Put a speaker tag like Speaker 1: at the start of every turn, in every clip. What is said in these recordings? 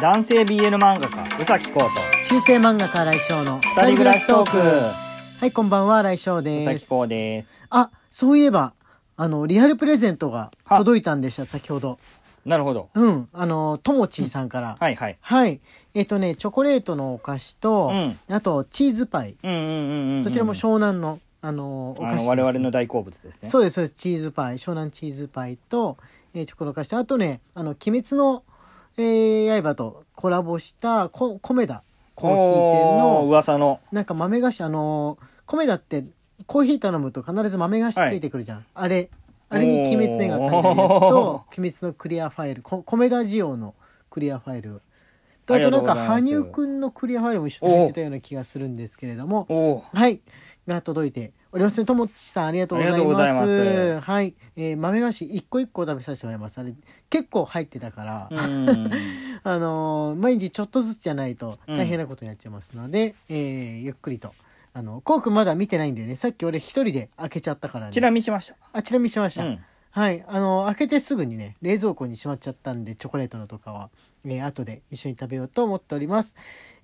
Speaker 1: 男性 BL 漫画家宇崎浩と
Speaker 2: 中世漫画家来翔の
Speaker 1: 二人暮らしトーク
Speaker 2: はいこんばんは来翔
Speaker 1: 宇
Speaker 2: で
Speaker 1: 崎
Speaker 2: す
Speaker 1: 浩です
Speaker 2: あそういえばあのリアルプレゼントが
Speaker 1: は
Speaker 2: 届いたんでした先ほど
Speaker 1: なるほど
Speaker 2: うんあのともちーさんから、
Speaker 1: はいはい
Speaker 2: はいえっ、とねチョコレートのお菓子と、
Speaker 1: うん
Speaker 2: あとチーズパイ
Speaker 1: うんうんうんうんうん
Speaker 2: どちらも湘南の、あのお
Speaker 1: あ
Speaker 2: 菓子で
Speaker 1: の
Speaker 2: す
Speaker 1: 我々の大好物ですね
Speaker 2: そうですそうですチーズパイ湘南チーズパイと、えーチョコの菓子とあとね「あの鬼滅の、えー刃」とコラボしたコ米田コーヒー店
Speaker 1: おー
Speaker 2: の
Speaker 1: 噂の
Speaker 2: なんか豆菓子あのー米田ってコーヒー頼むと必ず豆菓子ついてくるじゃん、あれあれに「鬼滅の絵」が書いてあるやつと
Speaker 1: お
Speaker 2: 「鬼滅のクリアファイル」こ米田仕様のクリアファイルと
Speaker 1: あ
Speaker 2: あ
Speaker 1: りが
Speaker 2: と
Speaker 1: と
Speaker 2: な
Speaker 1: うんござ
Speaker 2: か
Speaker 1: います
Speaker 2: 羽生くんのクリアファイルも一緒に入ってたような気がするんですけれども
Speaker 1: おお
Speaker 2: はい。が届いておりますね。ともちさん、ありがとうございます。
Speaker 1: ありがとうございま
Speaker 2: はい。えー豆菓子一個一個食べさせてもらいます。あれ、結構入ってたから、
Speaker 1: ーうん
Speaker 2: あのー毎日ちょっとずつじゃないと
Speaker 1: うん
Speaker 2: 大変なことになっちゃいますので、えーゆっくりと。あの、こうくんまだ見てないんだよね。さっき俺一人で開けちゃったからね。
Speaker 1: チラ見しました
Speaker 2: あ、ちなみにしました。
Speaker 1: うん
Speaker 2: はい。あの、開けてすぐにね、冷蔵庫にしまっちゃったんで、チョコレートのとかは、えー後で一緒に食べようと思っております。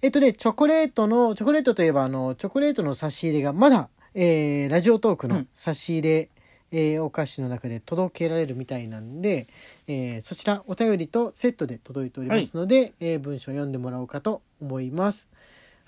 Speaker 2: えっとね、チョコレートの、チョコレートといえば、あの、チョコレートの差し入れが、まだ、えーラジオトーク
Speaker 1: う
Speaker 2: の
Speaker 1: ん
Speaker 2: 差し入れ、えーお菓子の中で届けられるみたいなんで、えーそちらお便りとセットで届いておりますので、えー文章を読んでもらおうかと思います。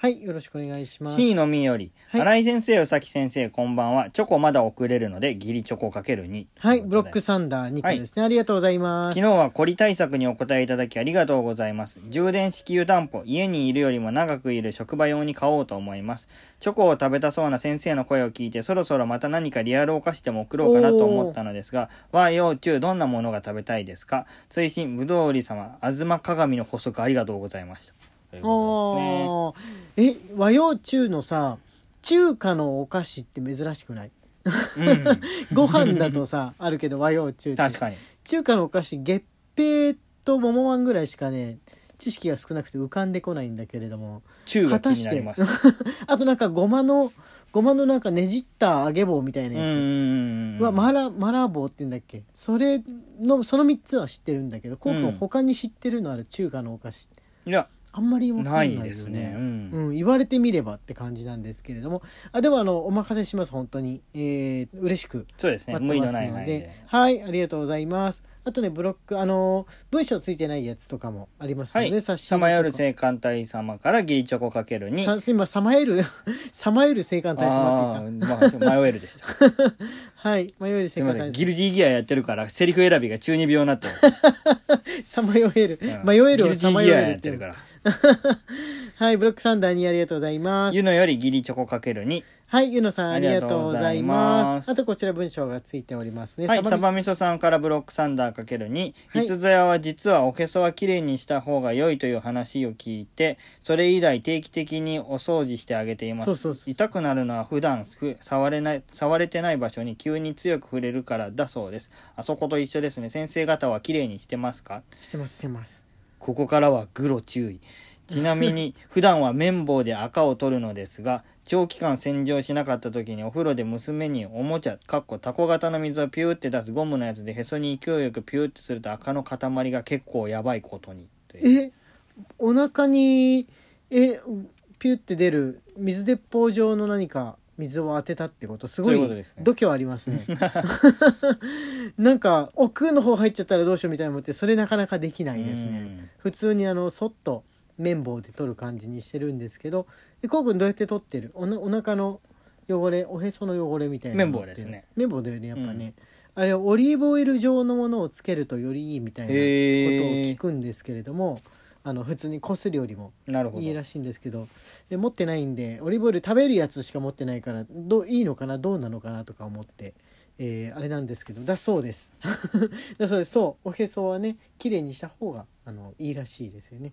Speaker 2: はい、よろしくお願いします。
Speaker 1: C のみより、
Speaker 2: はい
Speaker 1: 新井先生宇崎先生こんばんはチョコまだ遅れるのでギリチョコかける2
Speaker 2: はい、ブロックサンダー2個ですね。ありがとうございます。
Speaker 1: 昨日は凝り対策にお答えいただきありがとうございます。充電式湯たんぽ、家にいるよりも長くいる職場用に買おうと思います。チョコを食べたそうな先生の声を聞いて、そろそろまた何かリアルお菓子でも送ろうかなと思ったのですが、和洋中どんなものが食べたいですか追伸、ぶどう売り様、あずま鏡の補足ありがとうございました。ということですね。
Speaker 2: あーえ和洋中のさ中華のお菓子って珍しくない ご飯だとさあるけど和洋中
Speaker 1: うん、
Speaker 2: って
Speaker 1: 確かに。
Speaker 2: 中華のお菓子月餅と桃まんぐらいしかね知識が少なくて浮かんでこないんだけれども
Speaker 1: 中が気になりました。
Speaker 2: あとなんかごまのごまのなんかねじった揚げ棒みたいな
Speaker 1: う
Speaker 2: やつ、
Speaker 1: ん。
Speaker 2: はマラマラー棒って言うんだっけそれのその3つは知ってるんだけどこうく
Speaker 1: うん
Speaker 2: ん他に知ってるのある中華のお菓子
Speaker 1: いや、
Speaker 2: あんまりわかんないよ
Speaker 1: ない
Speaker 2: ね
Speaker 1: ですねうん
Speaker 2: うん言われてみればって感じなんですけれどもあでもあのお任せします本当に、えー、嬉しく
Speaker 1: そうですね。
Speaker 2: 待っ
Speaker 1: 無
Speaker 2: て
Speaker 1: 理
Speaker 2: ま
Speaker 1: の
Speaker 2: す
Speaker 1: ない
Speaker 2: の
Speaker 1: 範囲
Speaker 2: で
Speaker 1: で。
Speaker 2: はいありがとうございますあとねブロックあのー文章ついてないやつとかもあります
Speaker 1: は
Speaker 2: ので、
Speaker 1: い。さまよる青函隊様からギリチョコかける2。
Speaker 2: さ今さまえる さまえる青函隊様って言
Speaker 1: あ
Speaker 2: っ
Speaker 1: ーまあ、迷えるで した。す
Speaker 2: たはい迷える
Speaker 1: み
Speaker 2: 青
Speaker 1: ま
Speaker 2: 函
Speaker 1: せん。
Speaker 2: 隊
Speaker 1: ギ
Speaker 2: 様
Speaker 1: ルディギアやってるから、セリフ選びが中二病にな ってる。
Speaker 2: さまよえる
Speaker 1: うん
Speaker 2: 迷える
Speaker 1: ギ
Speaker 2: を
Speaker 1: ルデ
Speaker 2: さ
Speaker 1: ィ
Speaker 2: ま
Speaker 1: ギ
Speaker 2: よ
Speaker 1: ア
Speaker 2: え
Speaker 1: や
Speaker 2: る
Speaker 1: っ
Speaker 2: ってて
Speaker 1: る
Speaker 2: いう
Speaker 1: から。
Speaker 2: はいブロックサンダーにありがとうございます
Speaker 1: ユのよりギリチョコかける2。
Speaker 2: はいゆのさん
Speaker 1: あ
Speaker 2: あ
Speaker 1: り
Speaker 2: り
Speaker 1: が
Speaker 2: が
Speaker 1: と
Speaker 2: と
Speaker 1: う
Speaker 2: う
Speaker 1: ご
Speaker 2: ご
Speaker 1: ざ
Speaker 2: ざ
Speaker 1: い
Speaker 2: い
Speaker 1: ます
Speaker 2: ますあとこちら文章がついておりますね
Speaker 1: はい、
Speaker 2: サ
Speaker 1: サ
Speaker 2: バ
Speaker 1: バ
Speaker 2: ミ
Speaker 1: ミソさんからブロックサンダーかける2。
Speaker 2: はい
Speaker 1: いつぞやは実はおへそはきれいにした方が良いという話を聞いて、それ以来定期的にお掃除してあげています。
Speaker 2: そうそうそう
Speaker 1: 痛くなるのは普段ふ触れない、触れてない場所に急に強く触れるからだそうです。あそこと一緒ですね。先生方はきれいにしてますか
Speaker 2: してますしてます
Speaker 1: ここからはグロ注意。ちなみ に普段は綿棒で赤を取るのですが長期間洗浄しなかった時にお風呂で娘におもちゃかっこタコ型の水をピューって出すゴムのやつでへそに勢いよくピューってすると赤の塊が結構やばいことにという
Speaker 2: えお腹にえピュって出る水鉄砲状の何か水を当てたってことすご
Speaker 1: そう
Speaker 2: い
Speaker 1: いうことですね
Speaker 2: 度胸あります ね なんか奥の方入っちゃったらどうしようみたいな思ってそれなかなかできないです
Speaker 1: う
Speaker 2: ね
Speaker 1: ん
Speaker 2: 普通にあのそっと綿棒で取る感じにしてるんですけどえこうくんどうやって取ってるおなお腹の汚れおへその汚れみたいなの
Speaker 1: 綿棒
Speaker 2: 取ってる
Speaker 1: ですね
Speaker 2: 綿棒だよねやっぱね、あれオリーブオイル状のものをつけるとよりいいみたいなことを聞くんですけれどもあの普通にこするよりも
Speaker 1: なるほど
Speaker 2: いいらしいんですけどで持ってないんでオリーブオイル食べるやつしか持ってないからどういいのかなどうなのかなとか思って、えーあれなんですけどだそうです だそうですそうおへそはね綺麗にした方があのいいらしいですよね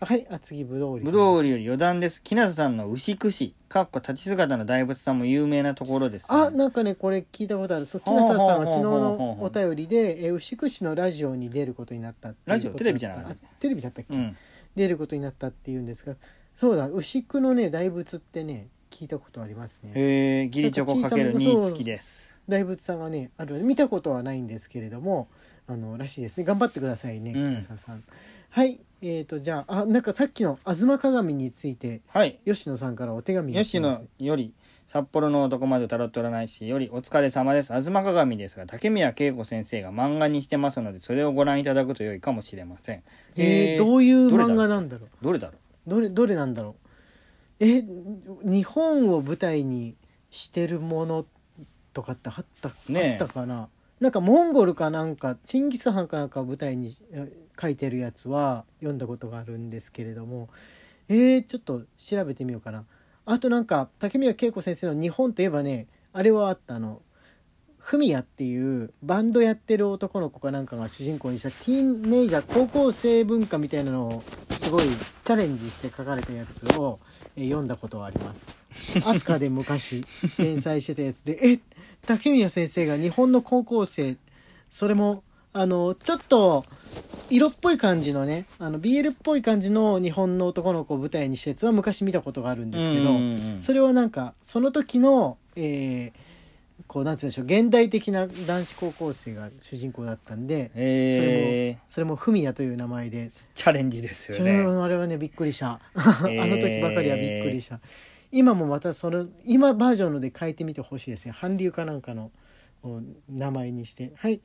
Speaker 2: あはいあ次ぶどう売りさ
Speaker 1: ぶ
Speaker 2: ん
Speaker 1: どう売
Speaker 2: です
Speaker 1: りより余談です木梨さんの牛串かっこ立ち姿の大仏さんも有名なところですね、
Speaker 2: あなんかねこれ聞いたことあるそう木下さんは昨日のお便りでえー牛久市のラジオに出ることになったっていうこと
Speaker 1: ラジオテレビじゃなかった
Speaker 2: あテレビだったっけ、
Speaker 1: うん
Speaker 2: 出ることになったっていうんですがそうだ牛久のね大仏ってね聞いたことありますね
Speaker 1: えー、ギリチョコかける2付きです
Speaker 2: 大仏さんがねある見たことはないんですけれどもあのらしいですね頑張ってくださいね
Speaker 1: うん
Speaker 2: 木下さん、はいえー、とじゃああなんかさっきの「吾妻鏡」について
Speaker 1: はい
Speaker 2: 吉野さんからお手紙が来て
Speaker 1: 吉
Speaker 2: ま
Speaker 1: 野
Speaker 2: す
Speaker 1: より札幌の男までタロット占い師よりお疲れ様です吾妻鏡ですが竹宮恵子先生が漫画にしてますのでそれをご覧いただくと良いかもしれません
Speaker 2: えーどういう
Speaker 1: どれだろ
Speaker 2: 漫
Speaker 1: う
Speaker 2: 画なんだろう
Speaker 1: どれだろ
Speaker 2: どれどれなんだろうえ日本を舞台にしてるものとかってあった,、
Speaker 1: ねえ
Speaker 2: あったかななんかモンゴルかなんかチンギス・ハンかなんかを舞台にえ書いてるやつは読んだことがあるんですけれどもえー、ちょっと調べてみようかなあとなんか竹宮恵子先生の「日本」といえばねあれはあったあのフミヤっていうバンドやってる男の子かなんかが主人公にしたティーンネイジャー高校生文化みたいなのをすごいチャレンジして書かれたやつをえー読んだことはあります。アスカで昔連載してたやつでえ竹宮先生が日本の高校生それもあのちょっと色っぽい感じのねあの BL っぽい感じの日本の男の子を舞台にしたやつは昔見たことがあるん
Speaker 1: う
Speaker 2: ですけど。
Speaker 1: うんうんうん
Speaker 2: それはなんかその時の、えーこうなんて言うんでしょう現代的な男子高校生が主人公だったんで、
Speaker 1: え
Speaker 2: それもフミヤという名前で、
Speaker 1: ー、チャレンジです
Speaker 2: そ
Speaker 1: よ
Speaker 2: れ
Speaker 1: ね
Speaker 2: はあれはねびっくりしたあの時ばかりはびっくりした、今もまたその今バージョンので変えてみてほしいですね韓流かなんかのこう名前にしてはい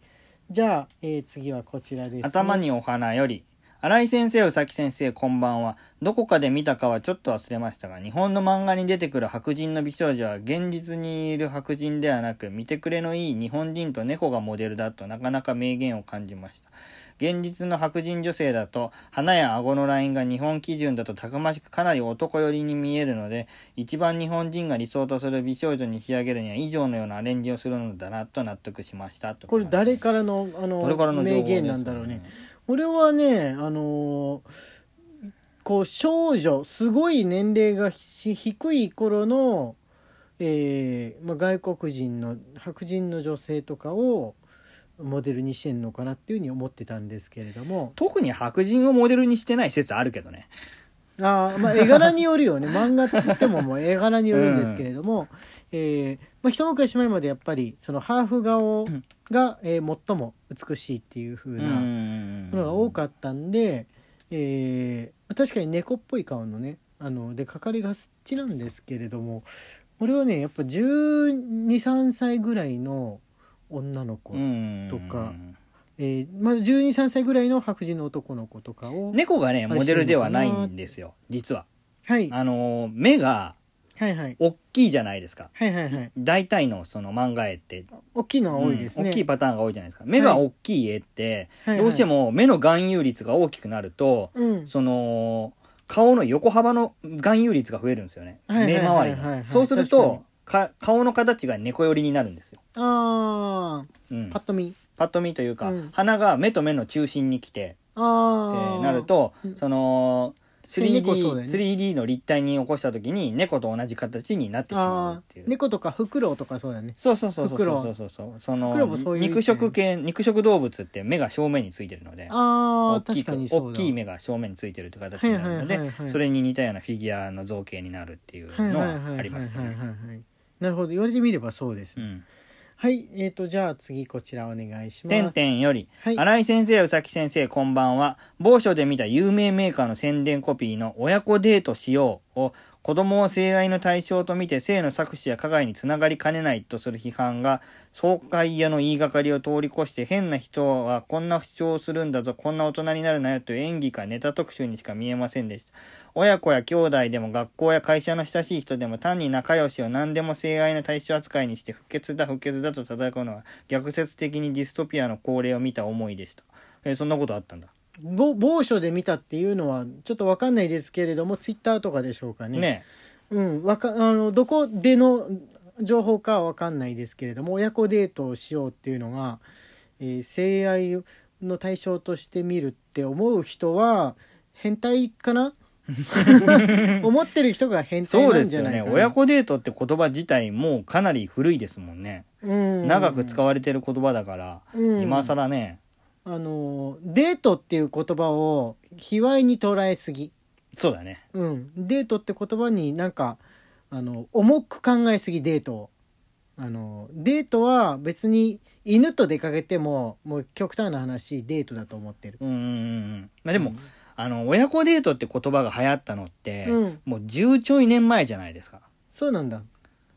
Speaker 2: じゃあ、えー次はこちらです、
Speaker 1: 頭にお花より新井先生宇崎先生こんばんはどこかで見たかはちょっと忘れましたが日本の漫画に出てくる白人の美少女は現実にいる白人ではなく見てくれのいい日本人と猫がモデルだとなかなか名言を感じました現実の白人女性だと鼻や顎のラインが日本基準だとたくましくかなり男寄りに見えるので一番日本人が理想とする美少女に仕上げるには以上のようなアレンジをするのだなと納得しましたと
Speaker 2: これ誰からのあの
Speaker 1: これからの情報
Speaker 2: 名
Speaker 1: ですよ
Speaker 2: 言なんだろうね俺はねあのーこう少女すごい年齢がひ低い頃の、えーまあ、外国人の白人の女性とかをモデルにしてんのかなっていうふうに思ってたんですけれども
Speaker 1: 特に白人をモデルにしてない説あるけどね
Speaker 2: あー、まあ、絵柄によるよね漫画って言ってももう絵柄によるんですけれども、えーまあ、一昔前までやっぱりそのハーフ顔が、えー最も美しいっていう風
Speaker 1: う
Speaker 2: な。
Speaker 1: ん
Speaker 2: のが多かったんで、えー確かに猫っぽい顔のねあのでかかりがちなんですけれども俺はねやっぱ1 2 3歳ぐらいの女の子、とかえーまあ、1 2 3歳ぐらいの白人の男の子とかを、
Speaker 1: 猫がね
Speaker 2: あれ
Speaker 1: モデルではないんですよ実は
Speaker 2: はい、はい
Speaker 1: あのー目が
Speaker 2: はいはい
Speaker 1: 大きいじゃないですか
Speaker 2: はいはい
Speaker 1: 大体のその漫画絵って、
Speaker 2: 大きいのは多いです
Speaker 1: うん
Speaker 2: ね、
Speaker 1: 大きいパターンが多いじゃないですか目が大きい絵って
Speaker 2: はいはい
Speaker 1: どうしても目の含有率が大きくなると
Speaker 2: うん
Speaker 1: その顔の横幅の含有率が増えるんですよね
Speaker 2: はいはい
Speaker 1: 目
Speaker 2: はい
Speaker 1: 周
Speaker 2: はい
Speaker 1: り
Speaker 2: はい
Speaker 1: のそうするとか顔の形が猫寄りになるんですよ、
Speaker 2: あ
Speaker 1: うん
Speaker 2: ーパッと見
Speaker 1: パッと見というか、
Speaker 2: うん
Speaker 1: 鼻が目と目の中心に来て
Speaker 2: あ
Speaker 1: って
Speaker 2: ー
Speaker 1: なると
Speaker 2: うん
Speaker 1: その
Speaker 2: 猫
Speaker 1: 3D,
Speaker 2: そうだよね
Speaker 1: 3D の立体に起こした時に猫と同じ形になってしまう
Speaker 2: あ
Speaker 1: ってい
Speaker 2: ー
Speaker 1: う。
Speaker 2: 猫とかフクロウとかそうだね
Speaker 1: そうそうそうそう
Speaker 2: フクロウ
Speaker 1: そうそうそうそ
Speaker 2: フクロウもそ
Speaker 1: の
Speaker 2: ういう意味
Speaker 1: 肉食系肉食動物って目が正面についてるので
Speaker 2: あ
Speaker 1: 大
Speaker 2: ー確
Speaker 1: き
Speaker 2: かに
Speaker 1: く
Speaker 2: そうだ
Speaker 1: 大きい目が正面についてるという形になるの
Speaker 2: はいはいはいはい
Speaker 1: でそれに似たようなフィギュアの造形になるっていう
Speaker 2: はい
Speaker 1: の
Speaker 2: はいはい
Speaker 1: はあります
Speaker 2: はい
Speaker 1: ね
Speaker 2: はい。はいはいなるほど言われてみればそうです、
Speaker 1: う
Speaker 2: ね
Speaker 1: ん
Speaker 2: はいえーとじゃあ次こちらお願いします
Speaker 1: てんてんより、
Speaker 2: はい
Speaker 1: 新井先生、宇崎先生、こんばんは。某所で見た有名メーカーの宣伝コピーの親子デートしようを、子供を性愛の対象と見て性の搾取や加害につながりかねないとする批判が、爽快屋の言いがかりを通り越して変な人はこんな主張をするんだぞ、こんな大人になるなよという演技かネタ特集にしか見えませんでした。親子や兄弟でも学校や会社の親しい人でも単に仲良しを何でも性愛の対象扱いにして不潔だ不潔だと叩くのは逆説的にディストピアの恒例を見た思いでした。えーそんなことあったんだ。
Speaker 2: 某某所で見たっていうのはちょっとわかんないですけれどもツイッターとかでしょうかね
Speaker 1: ね
Speaker 2: うんわかあのどこでの情報かはわかんないですけれども親子デートをしようっていうのが、えー性愛の対象として見るって思う人は変態 かな思ってる人が変態
Speaker 1: そう
Speaker 2: な
Speaker 1: で
Speaker 2: ん
Speaker 1: す
Speaker 2: じゃ
Speaker 1: よ
Speaker 2: ない
Speaker 1: ね。
Speaker 2: かな
Speaker 1: 親子デートって言葉自体もうかなり古いですもんね。
Speaker 2: うん
Speaker 1: 長く使われてる言葉だから、
Speaker 2: うん
Speaker 1: 今更ね。
Speaker 2: あのデートっていう言葉を卑猥に捉えすぎ、
Speaker 1: そうだね。
Speaker 2: うん、デートって言葉になんかあの重く考えすぎデートをあのデートは別に犬と出かけてももう極端な話デートだと思ってる
Speaker 1: うんうんうんうん。まあでも、
Speaker 2: うん
Speaker 1: あの親子デートって言葉が流行ったのって、
Speaker 2: うん
Speaker 1: もう10ちょい年前じゃないですか、
Speaker 2: そうなんだ、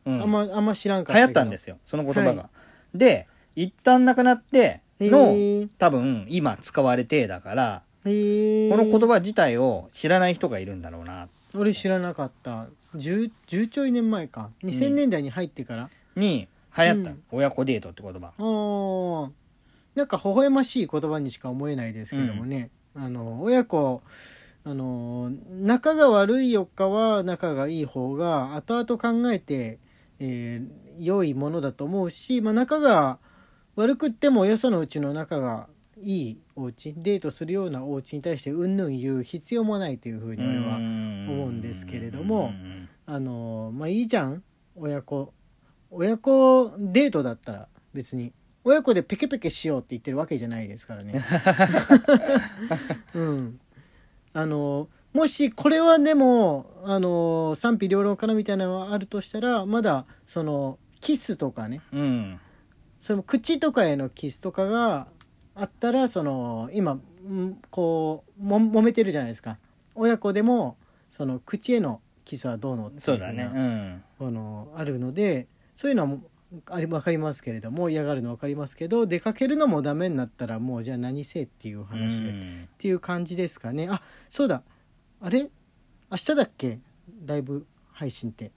Speaker 1: うん
Speaker 2: あんまあんま知らんかった
Speaker 1: 流行
Speaker 2: けど
Speaker 1: ったんですすよその言葉が、
Speaker 2: は
Speaker 1: で一旦なくなっての、
Speaker 2: へー
Speaker 1: 多分今使われてだから
Speaker 2: へえ
Speaker 1: この言葉自体を知らない人がいるんだろうな
Speaker 2: 俺知らなかった 10, 10ちょい年前か2000年代に入ってから、
Speaker 1: に流行った、
Speaker 2: うん
Speaker 1: 親子デートって言葉
Speaker 2: あーなんか微笑ましい言葉にしか思えないですけどもね、あの親子あの仲が悪いよっかは仲がいい方が後々考えて、えー良いものだと思うし、まあ、仲が悪くってもよそのうちの仲がいいお家デートするようなお家に対してうんぬん言う必要もないというふうに俺は
Speaker 1: 思
Speaker 2: うんですけれどもあのまあいいじゃん親子親子デートだったら別に親子でペケペケしようって言ってるわけじゃないですか らねうんあのもしこれはでもあの賛否両論からみたいなのがあるとしたらまだそのキスとかね
Speaker 1: うん
Speaker 2: その口とかへのキスとかがあったらその今んこうも揉めてるじゃないですか親子でもその口へのキスはどうのってい
Speaker 1: そうだね
Speaker 2: ふう
Speaker 1: う
Speaker 2: なんあのあるのでそういうのはもうあれ分かりますけれども嫌がるの分かりますけど出かけるのもダメになったらもうじゃあ何せっていう話で、
Speaker 1: う
Speaker 2: っ
Speaker 1: ん
Speaker 2: ていう感じですかねあそうだあれ明日だっけライブ配信って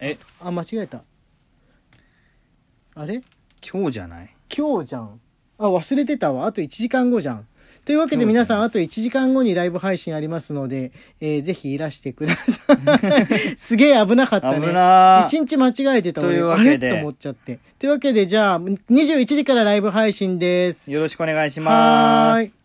Speaker 1: え
Speaker 2: あ間違えたあれ
Speaker 1: 今日じゃない
Speaker 2: 今日じゃんあ忘れてたわあと1時間後じゃんというわけ
Speaker 1: 今日
Speaker 2: で
Speaker 1: じゃん
Speaker 2: 皆さんあと1時間後にライブ配信ありますので、えーぜひいらしてくださ いすげえ危なかったね
Speaker 1: 危なー
Speaker 2: 一日間違えてた
Speaker 1: という
Speaker 2: 俺
Speaker 1: わ
Speaker 2: あ
Speaker 1: け
Speaker 2: れ
Speaker 1: で
Speaker 2: と思っちゃってというわけでじゃあ21時からライブ配信です
Speaker 1: よろしくお願いします
Speaker 2: はーい